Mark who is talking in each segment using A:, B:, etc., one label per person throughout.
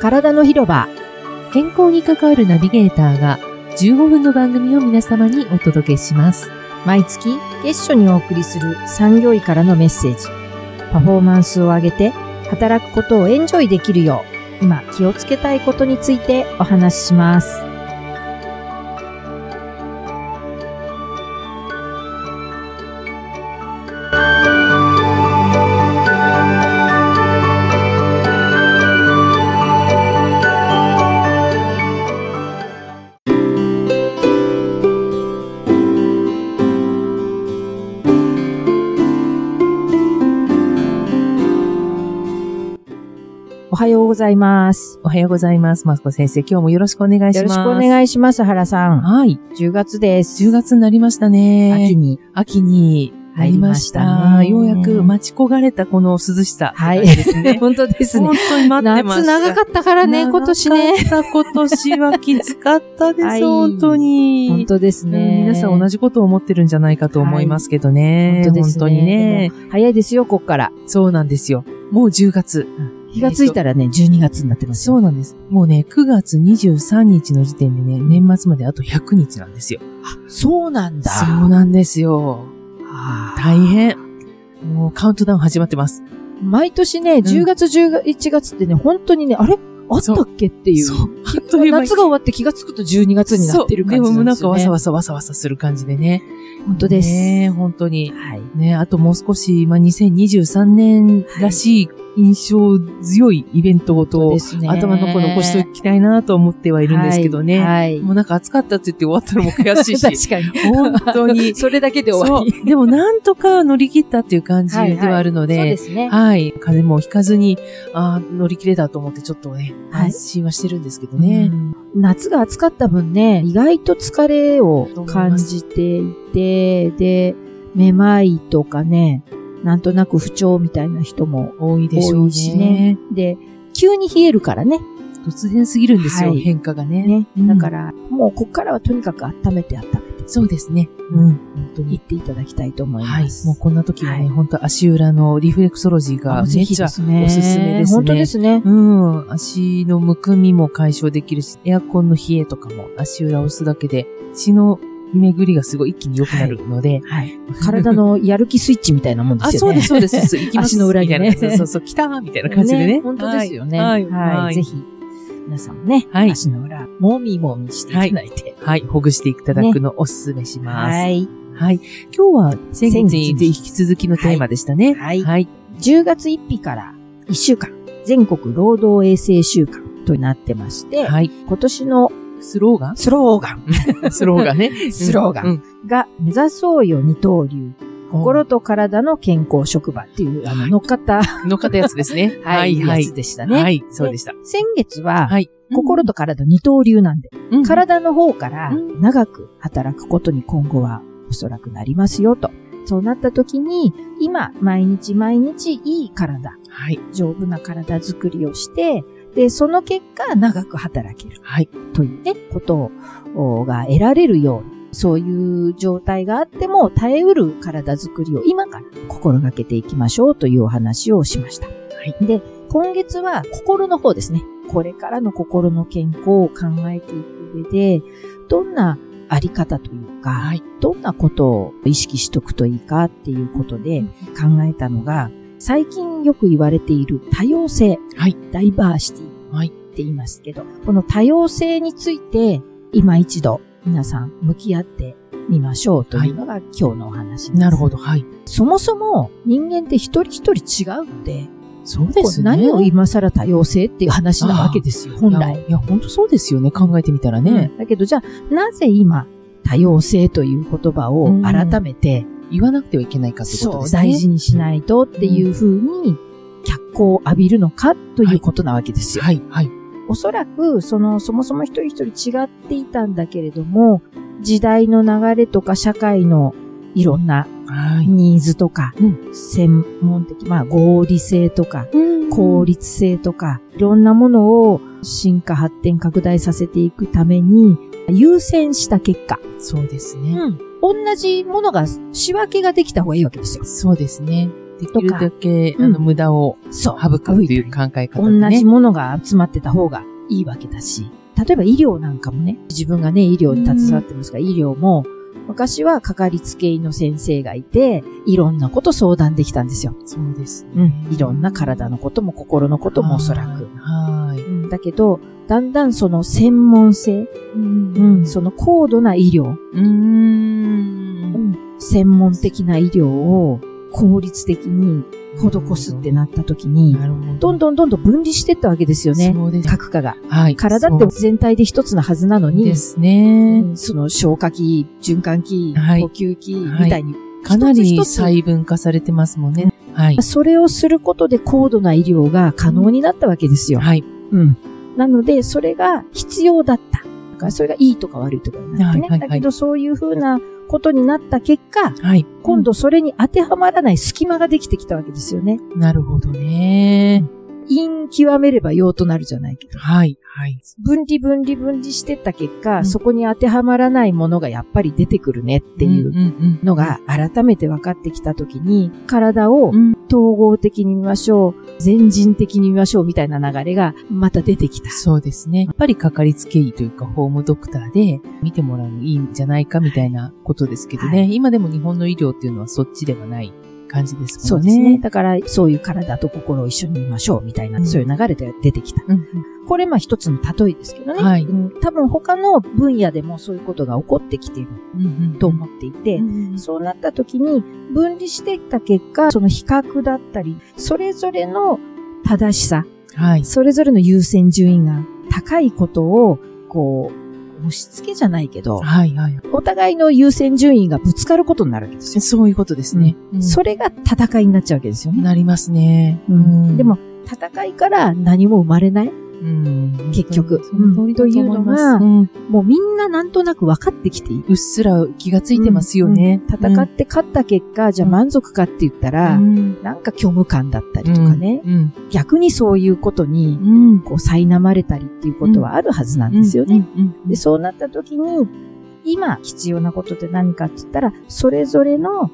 A: 体の広場
B: 健康に関わるナビゲーターが15分の番組を皆様にお届けします。
A: 毎月月初にお送りする産業医からのメッセージパフォーマンスを上げて働くことをエンジョイできるよう今気をつけたいことについてお話ししますおはようございます
B: おはようございます。マスコ先生、今日もよろしくお願いし
A: よろ
B: ま
A: し
B: す。
A: くお願
B: い
A: いします原さん
B: はい。
A: 10月です
B: 10月になりましたね。
A: 秋に
B: 秋になりました。
A: 入り
B: よ
A: ま
B: う
A: した
B: や
A: ね
B: く待ち焦がれたこの涼しさ。
A: はい。
B: ですね
A: 本当ですね
B: 本当に待ってまし
A: 夏
B: た。
A: 長か
B: っ
A: ったからね、今年ね。。
B: 今年はきつかったです、
A: はい
B: 本当に。
A: 本当ですね。
B: 皆さん同
A: じ。
B: じことを思ってるんじゃないかと思いますけどね。
A: 本当ですね。
B: にね。
A: でも早いですよ、こっから。
B: そうなんですよ。もう10月。
A: 日がついたらね、12月になってます
B: そ
A: よ。
B: うなんです。もうね、9月23日の時点でね、年末まであと100日なんですよ。
A: そうなんだ。
B: そうなんですよ。
A: はあ
B: 大変。もうカウントダウン始まってます。
A: 毎年ね、10月、11月ってね、本当にね、あれあったっけっていう。
B: そう。あっという間に
A: 夏が終わって気がつくと12月になってる感じ
B: そう
A: な
B: でもなんん
A: です
B: か
A: よ、
B: わ
A: ね。
B: さわさわさわさする感じでね。
A: 本当です。
B: ねえ本当に。
A: はい。
B: ね、あともう少し、まあ、2023年らしい印象強いイベントごと、
A: ですね
B: 頭の子残しておきたいなと思ってはいるんですけどね。
A: はい。
B: もうなんか暑かったって言って終わったらもう悔しい し。
A: 確かに。。
B: 本当に
A: それだけで終わり。
B: そうでもなんとか乗り切ったっていう感じではあるので、
A: そ
B: は
A: う
B: い、
A: ですね。
B: 風邪もひかずに、あー乗り切れたと思ってちょっとね、
A: はい
B: 安心はしてるんですけどね
A: う。ん夏が暑かった分ね、意外と疲れを感じていて、で、めまいとかね、なんとなく不調みたいな人も
B: 多いでしょ
A: 多
B: う
A: いしね
B: しね。
A: で、急に冷えるからね。
B: 突然すぎるんですよ、
A: はい
B: 変化がね。
A: ね
B: うん
A: だから、もうこっからはとにかく温めて温めて
B: そうですね。
A: うん
B: 本当
A: い
B: に
A: っ。ていただきたいと思い
B: はい
A: ま。す。
B: もうこんな時は
A: は
B: ね、
A: い
B: 本当足裏のリフレクソロジー
A: あ
B: が
A: ぜ
B: めっ
A: ひ
B: ちゃ
A: で、すね
B: おすすめですね
A: 本当ですね。
B: うん、足のむくみも解消できるし、エアコンの冷えとかも足裏を押すだけで、血の巡りがすごい一気に良くなるので、
A: はい。体のやる気スイッチみたいなもんで
B: あ、
A: すよ
B: そう
A: ね。
B: です、そうです。そうです行きます。
A: 足の裏にね
B: みたいなそうそう、来たーみたいな感じでね。
A: 本当ですよね。
B: はい。
A: は。
B: はいい
A: ぜひ、皆さんもね、
B: はい
A: 足の裏、もみもみしていただいて。
B: はい。ほぐしていただくのをおすすめします。はい。
A: い。
B: 今日は先月
A: 先
B: に
A: 月に
B: 引き続きのテーマでしたね。
A: はい
B: はい。
A: 10月1日から1週間、全国労働衛生週間となってまして、
B: はい。
A: 今年の
B: スローガ
A: スローガン、
B: ンスローガンね。
A: スローガン
B: うん。
A: が目指そうよ二刀流、心
B: 心
A: と体の健康職場っていう、あの、
B: はい
A: 乗っかった、。
B: の方やつですね
A: はい、やつでしたね。
B: はい、そうでした。
A: 先月は、
B: はい。
A: 心と体二刀流なんで、
B: うん、
A: 体の方から
B: うん
A: 長く働くことに今後はおそらくなりますよと。そうなった時に、今、毎日毎日いい体、
B: はい。
A: 丈夫な体づくりをして、で、その結果、長く働ける
B: はい。
A: というね、ことをが得られるように、そういう状態があっても耐えうる体づくりを今から心がけていきましょうというお話をしました。
B: い
A: で、今月は心の方ですね。これからの心の健康を考えていく上で、どんなあり方というか、
B: はい。
A: どんなことを意識しとくといいかっていうことで考えたのが、最近よく言われている多様性、
B: はい
A: ダイバーシティ
B: は
A: っ
B: い
A: て言いますけど、この多様性について、今一度皆さん向き合ってみましょうというのが今日のお話です。
B: なるほど。。はい。
A: そもそも人間って一人一人違うので、
B: そう
A: こ
B: で
A: う
B: すね。
A: 何を今更多様性っていう話なわけですよ、本来。
B: いや、いや本当そうですよね。考えてみたらね。
A: だけどじゃあ、なぜ今、多様性という言葉を改めて、
B: 言わなくてはいけないかってことですね。
A: 大事にしないとっていうふうに、脚光を浴びるのかということなわけですよ。
B: はい、はい。
A: おそらく、その、そもそも一人一人違っていたんだけれども、時代の流れとか社会のいろんな
B: はい。
A: ニーズとか、
B: う
A: 専門的、まあ合理性とか、効
B: 氷
A: 率性とか、いろんなものを進化発展拡大させていくために、優先した結果、
B: そうですね。
A: 同じものが仕分けができた方がいいわけですよ。
B: そうですね。できるだけ、
A: うん
B: あの、無駄を
A: そう
B: 省くという考え方
A: 同
B: でね。
A: じものが集まってた方がいいわけだし、例えば医療なんかもね、自分がね、医療に携わってますが、医療も、昔はかかりつけ医の先生がいて、いろんなこと相談できたんですよ。
B: そうです。
A: うん。いろんな体のことも心のこともおそらく。
B: はーい。
A: うんだけど、だんだんその専門性、
B: うん
A: その高度な医療、
B: うーん。
A: 専門的な医療を効率的に施すってなった時に、
B: なるほど。
A: どんどんどんどん分離してったわけですよね。
B: そうです。
A: 各科が。
B: はい。
A: 体って全体で一つのはずなの
B: そう
A: に
B: で、すね。
A: うんその消化器、循環器、
B: はい
A: 呼吸器みたいに、
B: かな
A: 一
B: り
A: つ一つ
B: 細分化されてますもんね。はい。
A: それをすることで高度な医療が可能になったわけですよ。
B: はい。
A: うん。なので、それが必要だった。だからそれがいいとか悪いとかになってね。
B: はいはいは
A: だ
B: い
A: けど、そういうふうなことになった結果、
B: はい。
A: 今度それに当てはまらない隙間ができてきたわけですよね。
B: なるほどね。
A: 因極めれば用となるじゃないけど。
B: はい。はい。
A: 分離分離分離してった結果、
B: うん
A: そこに当てはまらないものがやっぱり出てくるねっていうん
B: うん
A: のが改めて分かってきたときに、体を
B: うん
A: 統合的に見ましょう、全人的に見ましょうみたいな流れがまた出てきた。
B: そうですね。やっぱりかかりつけ医というか、ホームドクターで見てもらうのいいんじゃないかみたいなことですけどね。
A: は
B: 今でも日本の医療っていうのはそっちではない感じです
A: そ
B: も
A: うんで
B: ね。
A: すね。だから、そういう体と心を一緒に見ましょうみたいな、
B: うん
A: そういう流れで出てきた。
B: うん
A: これ、まあ一つの例えですけどね。
B: はい
A: うん多分他の分野でもそういうことが起こってきている
B: うんうん。
A: と思っていて、
B: うんうん
A: そうなった時に分離していった結果、その比較だったり、それぞれの正しさ、
B: はい。
A: それぞれの優先順位が高いことを、こう、押し付けじゃないけど、
B: はいはい。
A: お互いの優先順位がぶつかることになるわけですよ。
B: そういうことですね。うん
A: それが戦いになっちゃうわけですよね。
B: なりますね。
A: で、も、戦いから何も生まれない。
B: うん
A: 結局
B: その通りだと思います
A: うんというのが
B: うん
A: もうみんななんとなく分かってきている。
B: うっすら気がついてますよね。
A: うん戦って勝った結果、じゃあ満足かって言った
B: た
A: ら、なんか虚無感だったりとかね、
B: うん。
A: 逆にそういうことに、
B: うん。
A: こう、苛まれたりっていうことはあるはずなんですよね。で、そうなった時に、今必要なことって何かって言ったら、それぞれの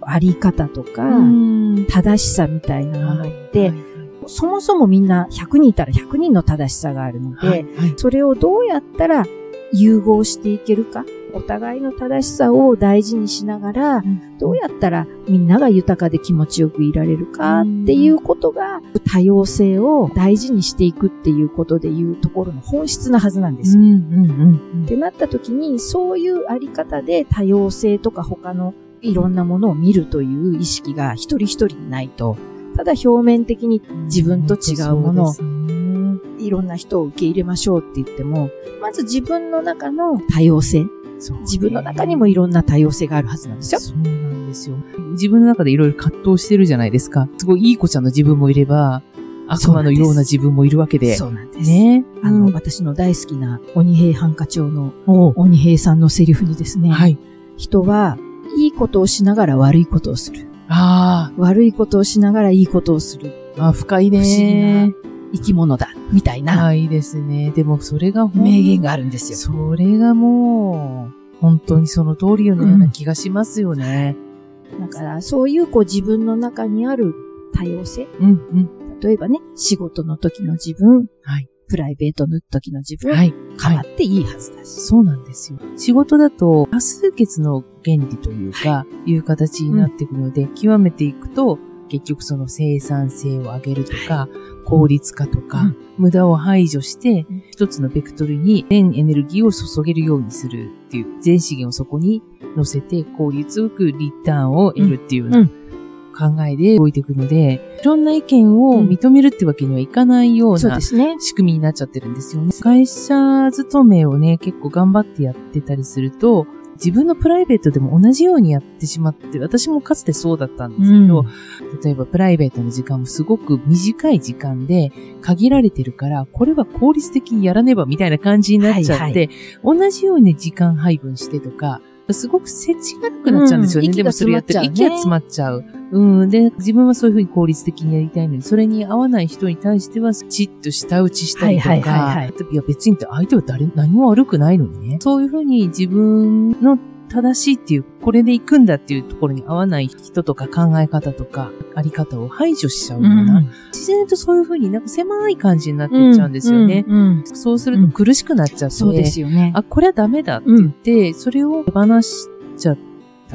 A: あり方とか、
B: うん。
A: 正しさみたいなものって、
B: はい
A: そもそもみんな100人いたら100人の正しさがあるので、
B: はいはい
A: それをどうやったら融合していけるか、お互いの正しさを大事にしながら、
B: ん
A: どうやったらみんなが豊かで気持ちよくいられるかっていうことが、多様性を大事にしていくっていうことでいうところの本質なはずなんですよ
B: うんうんうん
A: ってなった時に、そういうあり方で多様性とか他のいろんなものを見るという意識が一人一人にないと、ただ表面的に
B: うん。
A: 自分と違うものを
B: そうですね
A: いろんな人を受け入れましょうって言っても、まず自分の中の多様性、
B: そうね
A: 自分の中にもいろんな多様性があるはずなんですよ。
B: そうなんですよ。自分の中でいろいろ葛藤してるじゃないですか。すごいいい子ちゃんの自分もいれば、悪魔のような自分もいるわけで。
A: そうなんです。
B: ね。
A: あの、
B: うん
A: 私の大好きな鬼平犯科帳の
B: おう
A: 鬼平さんのセリフにですね、
B: はい。
A: 人はいいことをしながら悪いことをする。
B: あ
A: 悪いことをしながらいいことをする。
B: ーあ、深いね。
A: 不思議生き物だ、みたいな
B: ないですね。でもそれがほん
A: 名言があるんですよ。
B: それがもう、本当にその通りのような気がしますよね。
A: だから、そういうこう自分の中にある多様性。
B: うん、うん。
A: 例えばね、仕事の時の自分、
B: はい
A: プライベートの時の自分、
B: はい。
A: 変わっていいはずだし。
B: そうなんですよ。仕事だと、多数決の原理というか、いう形になっていくので、極めていくと、結局その生産性を上げるとか、効率化とか、
A: うん
B: 無駄を排除して
A: うん、
B: 一つのベクトルに全エネルギーを注げるようにするっていう、全資源をそこに乗せて、効率よくリターンを得るっていうよう
A: うんう
B: な考えで動いていくので、いろんな意見を認めるってわけにはいかないような、
A: すね。
B: 仕組みになっちゃってるんですよね。会社勤めをね、結構頑張ってやってたりすると、自分のプライベートでも同じようにやってしまって、私もかつてそうだったんですけど、例えばプライベートの時間もすごく短い時間で限られてるから、これは効率的にやらねばみたいな感じになっちゃって、
A: はいは
B: 同じように時間配分してとか、すごくせちがなくなっちゃうんですよね。
A: うん
B: でもそれやってる。息
A: 息
B: が
A: が
B: 詰
A: 詰
B: まっちゃう。うん。で、自分はそういうふうに効率的にやりたいのに、それに合わない人に対しては、チッと舌打ちしたりとか、
A: はいいはいはいはい
B: や別にって相手は誰、何も悪くないのにね。そういうふうに自分の正しいっていう、これで行くんだっていうところに合わない人とか考え方とか、あり方を排除しちゃうような、自然とそういうふうになんか狭い感じになっていっちゃうんですよね。
A: うんうんうん
B: そうすると苦しくなっちゃって、
A: そうですよね。
B: あ、これはダメだって言って、それを手放しちゃって、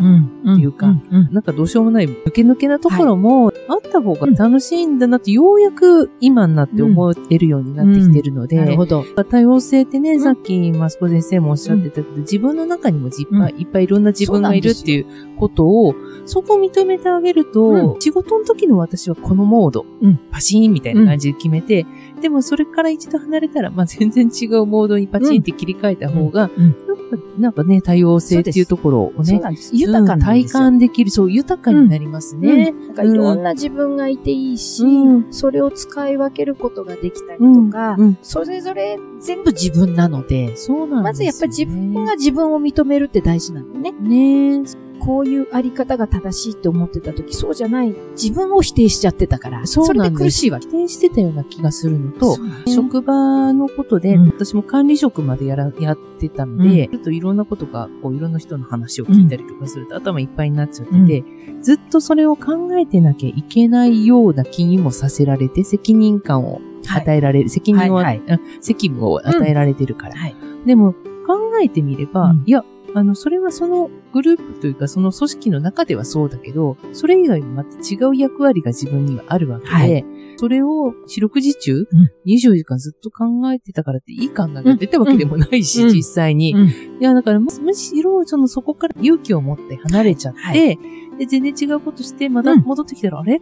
A: ん
B: っていうか
A: んうん
B: なんかどうしようもない抜け抜けなところも、あった方が楽しいんだなって、ようやく今になって思えるようになってきてるので、
A: なるほど。
B: 多様性ってね、
A: ん
B: さっきマスコ先生もおっしゃってたけど、自分の中にもいっぱい,、いっぱいいろんな自分がいるっていうことを、そこを認めてあげると、
A: う
B: 仕事の時の私はこのモード、
A: うん
B: パチンみたいな感じで決めて、でもそれから一度離れたら、まあ、全然違うモードにパチンって切り替えた方が、
A: うんうん
B: なんかなんかね、多様性っていうところを
A: そう
B: ね、
A: なんです。豊かなん
B: 体
A: ですよ。
B: 感できる、そう、豊かになりますね。
A: なんかいろんな自分がいていいし、
B: うん
A: それを使い分けることができたり
B: う
A: と
B: ん
A: か、
B: うん
A: それぞれ全部自分なので、
B: そうなん
A: ま
B: です
A: ずやっぱり自分が自分を認めるって大事なのね。
B: ね、
A: こういうあり方が正しいって思ってた時、そうじゃない自分を否定しちゃってたから、そ
B: そう
A: れ
B: な
A: で
B: んです
A: 苦しいわけ。
B: 否定してたような気がするのと、
A: そうなんです
B: 職場のことで、
A: うん
B: 私も管理職までやら、やってたので、ちょっといろんなことが、こういろんな人の話を聞いたりとかすると、頭いっぱいになっちゃってて、ずっとそれを考えてなきゃいけないような気にもさせられて、責任感を
A: はい。
B: 与えられる、責任を、
A: はい
B: あ責務を与えられてるから。
A: はい
B: でも、考えてみれば、
A: うん
B: いや、あの、それはそのグループというか、その組織の中ではそうだけど、それ以外にまた違う役割が自分にはあるわけで、
A: はい
B: それを四六時中、
A: ん
B: 24時間ずっと考えてたからっていい考えが出たわけでもないし、
A: うん
B: 実際に。
A: うん
B: いや、だからむむしろ、そのそこから勇気を持って離れちゃって、
A: はい
B: で、全然違うことして、また
A: うん
B: 戻ってきたら、あれ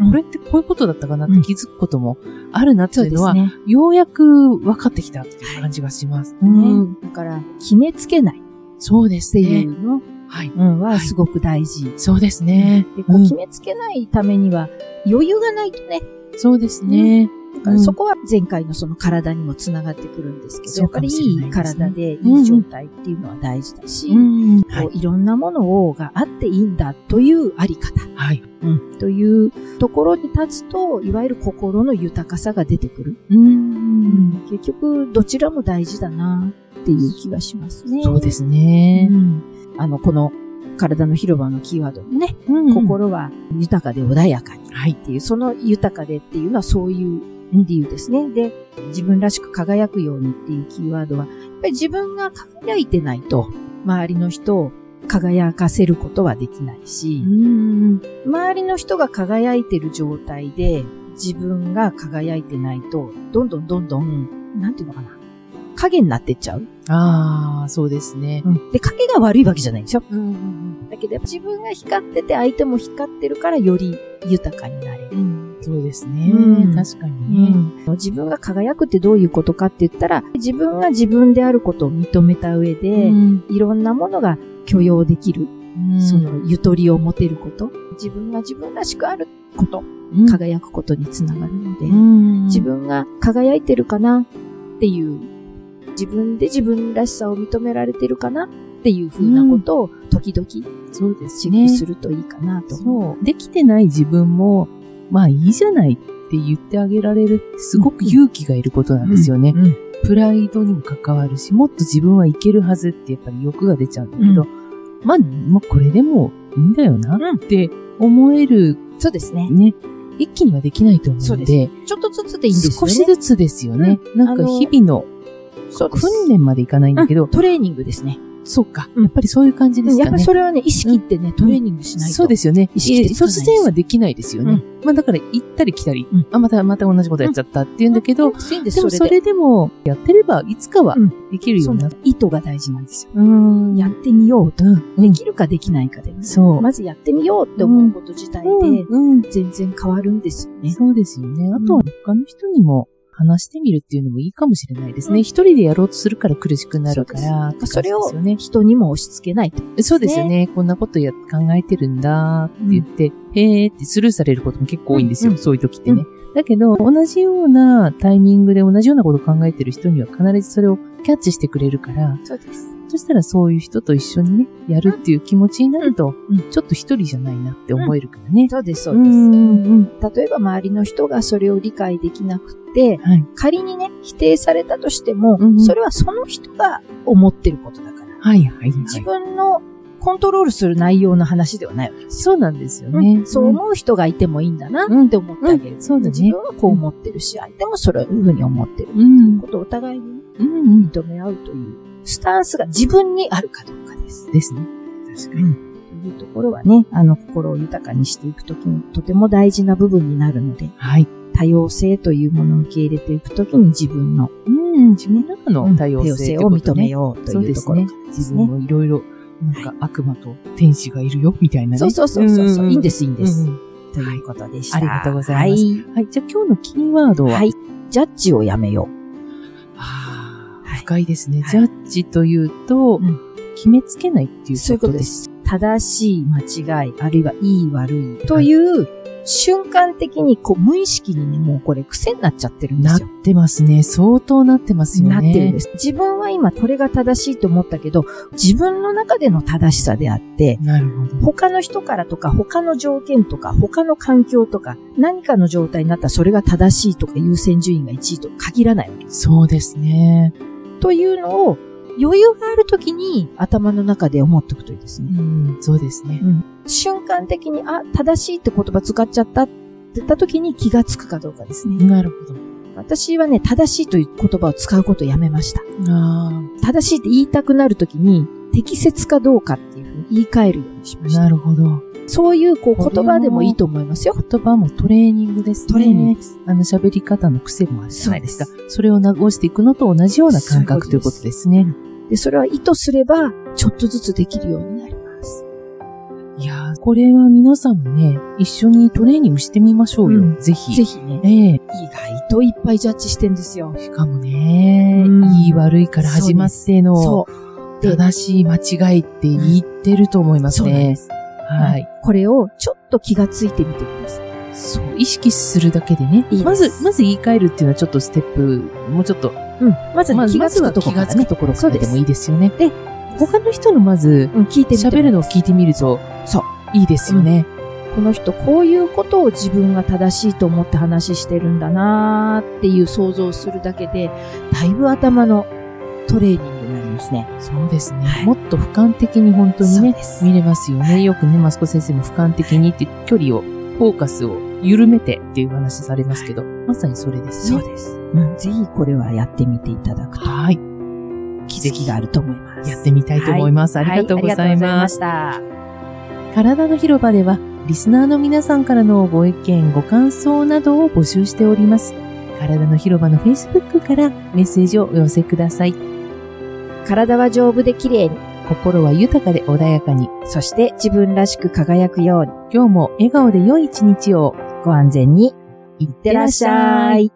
A: うん
B: これってこういうことだったかなって気づくこともあるなって
A: そ
B: いうう
A: で
B: のは、
A: すね。
B: ようやく分かってきたっていう感じがします。うん
A: だから、決めつけないっ
B: そうです
A: てい
B: ね。
A: うの
B: はい。
A: うんは
B: はい
A: すごく大事。
B: そうですね。
A: でこう
B: うん
A: 決めつけないためには余裕がないとね、
B: そうですね。
A: だから
B: うん
A: そこは前回のその体にもつながってくるんですけど、
B: そ
A: やっ
B: う
A: ぱ
B: か
A: り
B: も
A: い
B: しれな
A: い
B: いですね
A: 体でいい状態っていうのは大事だし、
B: ん。は
A: こ。
B: いう
A: いろんなものをがあっていいんだというあり方、
B: はい。
A: というところに立つと、いわゆる心の豊かさが出てくる。
B: うん。
A: 結局、どちらも大事だなっていう気がしますね。
B: そうです
A: ね
B: ね。。
A: あの、この体の広場のキーワードにね、
B: うん
A: 心は豊かで穏やかに。
B: はい。
A: っていう、その豊かでっていうのはそういう理由ですね。で、自分らしく輝くようにっていうキーワードは、やっぱり自分が輝いてないと、周りの人を輝かせることはできないし、
B: ん。
A: 周りの人が輝いてる状態で、自分が輝いてないと、どんどんどんどん、なんていうのかな、影になってっちゃう。
B: ああ、そうですね。
A: で、影が悪いわけじゃないんですよ。
B: うん。
A: だけど、やっぱ自分が光ってて、相手も光ってるから、より豊かになれる。
B: そうですね
A: うん。
B: 確かにね。
A: うん、自分が輝くってどういうことかって言ったら、自分が自分であることを認めた上で、
B: うん
A: いろんなものが許容できる、そ
B: うん
A: のゆとりを持てること、自分が自分らしくあること、
B: うん
A: 輝くことにつながるので、
B: うん
A: 自分が輝いてるかなっていう、自分で自分らしさを認められてるかなっていうふうなことを時々チ
B: そうです
A: ェッ
B: ね
A: ク。するといいかなと。
B: そう。できてない自分も、まあいいじゃないって言ってあげられるってすごく勇気がいることなんですよね。
A: うん
B: プライドにも関わるし、もっと自分はいけるはずってやっぱり欲が出ちゃうんだけど、
A: う
B: まあ、もうこれでもいいんだよなって思える、
A: そうですね。
B: ね、一気にはできないと思う
A: そう
B: の
A: で
B: で、
A: すちょっとずつでいいんですよね。
B: 少しずつですよね。なんか
A: あの
B: 日々の
A: そうです
B: 訓練までいかないんだけど、
A: トレーニングですね。
B: そうか、
A: うん
B: やっぱりそういう感じで
A: うん
B: す
A: やっ
B: か
A: ぱ
B: ね
A: り。それはね、意識ってね、トレーニングしないと。
B: そうですよね。
A: 意識的にはないです
B: 突然はできないですよね。
A: う
B: まあだから行ったり来たり、
A: うん
B: あ、また、また同じことやっちゃったっていうんだけ
A: う
B: ど、
A: んいいんです
B: でもそ
A: それで。
B: れでもやってればいつかは
A: うん
B: できるよ
A: そうう
B: な。
A: 意図が大事なんですよ。
B: うん
A: やってみようと。
B: うん、う
A: で
B: ん
A: きるかできないかでね。
B: そう。
A: まずやってみようって思うこと自体で、
B: うん、
A: 全然変わるんですよね。
B: そうですよね。
A: ん
B: あとは他の人にも話してみるっていうのもいいかもしれないですね。
A: うん
B: 一人でやろうとするから苦しくなるか
A: そう
B: ら
A: です。それを
B: って感じです
A: 人にも押し付けないと。
B: よね。そうですよね。こんなことや考えてるんだって言って、へーってスルーされることも結構多いんですよ。
A: うん
B: そういう時ってね。だけど、同じようなタイミングで同じようなことを考えてる人には必ずそれをキャッチしてくれるから、
A: そうです。
B: そしたらそういう人と一緒にね、やるっていう気持ちになると、
A: うん
B: ちょっと一人じゃないなって思えるからね。
A: そうです、そううです。
B: んうん
A: 例えば周りの人がそれを理解できなくて、
B: はい。
A: 仮にね、否定されたとしても
B: うんう、ん
A: それはその人が思ってることだから。
B: はいはいは
A: 自
B: い。
A: 分のコントロールする内容の話ではないわけです
B: そうなんですよ
A: よ
B: ね。
A: そう思う人がいてもいいんだなって思ってあげる。
B: うんそうだね
A: 自分はこう思ってるし、相手もそれをいうふうに思ってる。
B: うん。
A: ことをお互いに
B: うんうん。
A: 認め合うというスタンスが自分にあるかどうかです。
B: ですね。確かに。
A: というところはね、あの、心を豊かにしていくときにとても大事な部分になるので、
B: はい。
A: 多様性というものを受け入れていくときに自分の
B: うん。自分の中の多様性って
A: を
B: こと
A: 認め
B: ね。
A: ようと
B: そう
A: い
B: で
A: うと
B: す
A: ころ
B: ね
A: か。らです
B: 自
A: ね
B: 分。もいろいろ、なんか悪魔と天使がいるよ、みたいなね。
A: そうそうそうそうそう、
B: んん
A: いいんです、いいんです、
B: うんうん
A: ということでした。
B: ありがとうございます
A: は
B: はい。じゃあ今日のキーワード
A: い。
B: は
A: はい。ジャッジをやめよ
B: は
A: は
B: あ
A: い
B: 深いですね。
A: はい
B: ジャッジというと、
A: うん
B: 決めつけないっ
A: う。
B: ていうことです。
A: す。正しい、間違い、あるいはいい、悪いという、瞬間的にこう無意識にね、もうこれ癖になっちゃってるんで
B: なっ
A: すよ。
B: てますね。相当なってますよね。
A: なってるんです。自分は今これが正しいと思ったけど、自分の中での正しさであって、
B: なるほど。
A: 他の人からとか、他の条件とか、他の環境とか、何かの状態になったらそれが正しいとか優先順位が1位と限らないわけです。
B: そうですね。
A: というのを、余裕がある時に頭の中で思っておくといいです
B: う
A: ね。
B: ん、そうですね。
A: 瞬間的に、あ、正しいって言葉使っちゃったって言った時に気がつくかどうかですね。
B: なるほど。
A: 私はね、正しいという言葉を使うことをやめました。
B: あ
A: 正しいって言いたくなるときに、適切かどうかっていうふうに言い換えるようにし
B: あ、
A: ました。
B: なるほど。
A: そういう、こう、
B: これも
A: 言葉でもいいと思いますよ。
B: 言葉もトレーニングですね。
A: トレーニング
B: あの、喋り方の癖もあるじゃないですか。
A: そ
B: それを直していくのと同じような感
A: そ
B: 覚
A: う
B: とい
A: いう
B: う
A: こ
B: こととですね。
A: で、それは意図すれば、ちょっとずつできるようになります。
B: いやーこれは皆さんもね、一緒にトレーニングしてみましょうよ。
A: うん
B: ぜひ。
A: ぜひね、
B: ええ
A: 意外といっぱいジャッジしてんですよ。
B: しかもね、
A: うん
B: いい悪いから始まっての、
A: そう。で、
B: 正しい間違いって言ってると思います
A: そうなんで
B: ね。
A: す。
B: はい。
A: これを、ちょっと気がついてみてください。
B: そう、意識するだけでね。
A: いいです
B: まず、まず言い換えるっていうのはちょっとステップ、もうちょっと、
A: うん。まずね、
B: まず
A: 気がつく
B: まず
A: と
B: は
A: こか
B: 気が
A: ら
B: つく
A: ね。
B: ところか
A: そう
B: ら
A: で
B: ですもいいですよね。
A: で、
B: 他の人のまず、
A: うん、聞いてみて。
B: 喋るのを聞いてみると、
A: そう。
B: いいですよね。
A: この人こういうことを自分が正しいと思って話してるんだなーっていう想像をするだけで、だいぶ頭のトレーニングになりますね。
B: そうですね、
A: はい
B: もっと俯瞰的に本当にね、
A: す
B: 見れますよね。よくね、マスコ先生も俯瞰的にって距離を、フォーカスを緩めてっていう話されますけど、まさにそれです
A: そう
B: ね。
A: です、うん。ぜひこれはやってみていただくと
B: はい。
A: 気づきがあると思います。
B: やってみたいと思います。ありがとうございます。
A: はいありがとうございました。
B: 体の広場では、リスナーの皆さんからのご意見、ご感想などを募集しております。体の広場の Facebook からメッセージをお寄せください。
A: 体は丈夫で綺麗に、
B: 心は豊かで穏やかに、
A: そして自分らしく輝くように、
B: 今日も笑顔で良い一日を。
A: ご安全に、
B: い
A: い
B: っ
A: ってらっしゃい。